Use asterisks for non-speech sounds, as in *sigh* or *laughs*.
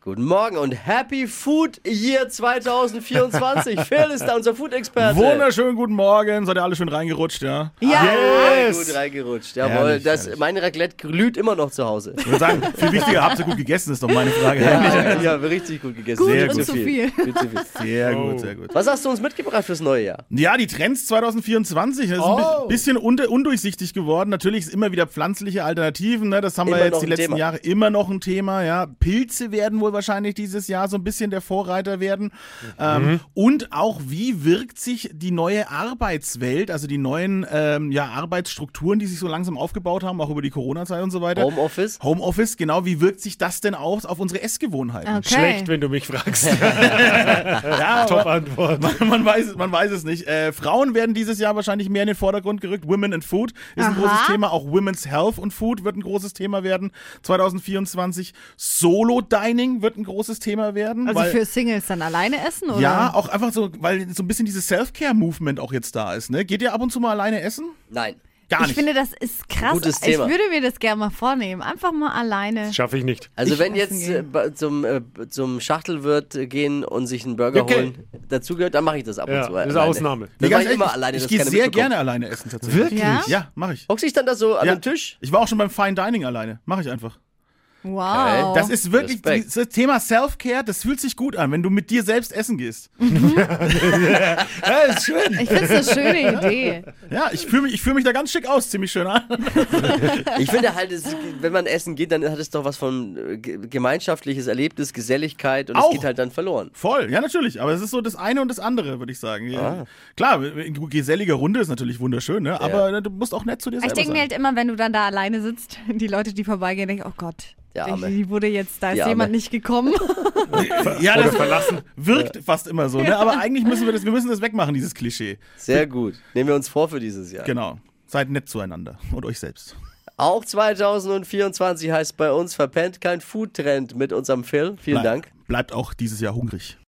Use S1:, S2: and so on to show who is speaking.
S1: Guten Morgen und Happy Food Year 2024. Phil ist da unser Food-Experte.
S2: Wunderschönen guten Morgen. Seid ihr alle schön reingerutscht, ja?
S1: Ja,
S2: Yes!
S1: gut reingerutscht. Jawohl,
S2: Herrlich,
S1: das,
S2: herrlich.
S1: mein Raclette glüht immer noch zu Hause.
S2: Ich würde sagen, viel wichtiger, habt ihr gut gegessen, ist doch meine Frage. eigentlich.
S1: ja, richtig gut gegessen.
S2: Gut
S1: Viel
S2: und
S1: zu
S3: zu
S1: viel. Viel zu viel.
S2: Sehr gut, sehr gut.
S1: Was hast du uns mitgebracht fürs neue Jahr?
S2: Ja, die Trends 2024 das ist ein
S1: Oh.
S2: bi- bisschen unter- undurchsichtig geworden. Natürlich ist immer wieder pflanzliche Alternativen, ne? das haben
S1: Immer
S2: wir
S1: noch
S2: jetzt die
S1: ein
S2: letzten
S1: Thema.
S2: Jahre immer noch ein Thema. Ja, Pilze werden wohl wahrscheinlich dieses Jahr so ein bisschen der Vorreiter werden. Ähm, und auch, wie wirkt sich die neue Arbeitswelt, also die neuen ähm, ja, Arbeitsstrukturen, die sich so langsam aufgebaut haben, auch über die Corona-Zeit und so weiter.
S1: Homeoffice?
S2: Homeoffice, genau, wie wirkt sich das denn aus auf unsere Essgewohnheiten?
S3: Okay.
S4: Schlecht, wenn du mich fragst.
S2: Ja,
S4: Top
S2: aber-
S4: Antwort.
S2: *laughs* Man, man, weiß, es- man weiß es nicht. Äh, Frauen werden dieses Jahr wahrscheinlich mehr in den Vordergrund gerückt. Women and Food ist ein
S3: Aha.
S2: großes Thema. Auch Women's Health und Food wird ein großes Thema werden 2024. Solo-Dining wird ein großes Thema werden.
S3: Also
S2: weil,
S3: für Singles dann alleine essen, oder?
S2: ja, auch einfach so, weil so ein bisschen dieses Self-Care-Movement auch jetzt da ist. Ne? Geht ihr ab und zu mal alleine essen?
S1: Nein.
S2: Gar
S3: ich
S2: nicht.
S3: finde, das ist krass.
S1: Gutes
S3: ich
S1: Thema.
S3: würde mir das gerne mal vornehmen. Einfach mal alleine.
S4: Das schaffe ich nicht.
S1: Also
S3: Ich
S1: wenn
S3: essen
S1: jetzt
S3: gehen.
S1: äh, ba- zum, äh, zum Schachtelwirt äh, gehen und sich einen Burger
S4: Okay.
S1: holen dazu gehört, dann mache ich das ab und
S4: Ja,
S1: zu.
S4: das ist
S1: alleine.
S4: Ausnahme.
S1: Das
S2: Nee,
S1: mache
S2: Ne, ganz
S1: ich
S2: ehrlich,
S1: immer alleine.
S2: Ich
S1: das
S2: gehe
S1: keiner
S2: sehr
S1: mitbekommt.
S2: gerne alleine essen tatsächlich.
S4: Wirklich?
S3: Ja?
S2: Ja, mache ich.
S1: Hockst du dich dann da so an
S2: Ja.
S1: den Tisch?
S2: Ich war auch schon beim Fine Dining alleine. Mache ich einfach.
S3: Wow.
S2: Das ist wirklich
S1: Respekt.
S2: dieses Thema Self-Care, das fühlt sich gut an, wenn du mit dir selbst essen gehst.
S3: Mhm.
S2: *laughs*
S4: Ja, ist schön.
S3: ich finde es eine schöne Idee.
S2: Ja, ich fühle mich, ich fühl mich da ganz schick aus, ziemlich schön ah. an.
S1: Ich finde halt, es, wenn man essen geht, dann hat es doch was von äh, ge- gemeinschaftliches Erlebnis, Geselligkeit und es
S2: Auch.
S1: geht halt dann verloren.
S2: Voll, ja, natürlich. Aber es ist so das eine und das andere, würde ich sagen.
S1: Ah.
S2: Ja. Klar, in geselliger Runde ist natürlich wunderschön, ne? aber du musst auch nett zu dir
S3: Ich
S2: selber
S3: denke
S2: sein.
S3: mir halt immer, wenn du dann da alleine sitzt, die Leute, die vorbeigehen, denken, oh Gott,
S1: Der
S3: die-
S1: Arme.
S3: die wurde jetzt, da ist
S1: Die Arme.
S3: jemand nicht gekommen.
S2: *laughs*
S3: halt-
S2: ja, das verlassen. wirkt fast immer so. Ne?
S3: *laughs*
S2: Aber eigentlich müssen wir das, wir müssen das wegmachen, dieses Klischee.
S1: Sehr gut. Nehmen wir uns vor für dieses Jahr.
S2: Genau. Seid nett zueinander und euch selbst.
S1: Auch 2024 heißt bei uns verpennt kein Foodtrend mit unserem Phil. Vielen
S2: Bleib-
S1: Dank.
S2: Bleibt auch dieses Jahr hungrig.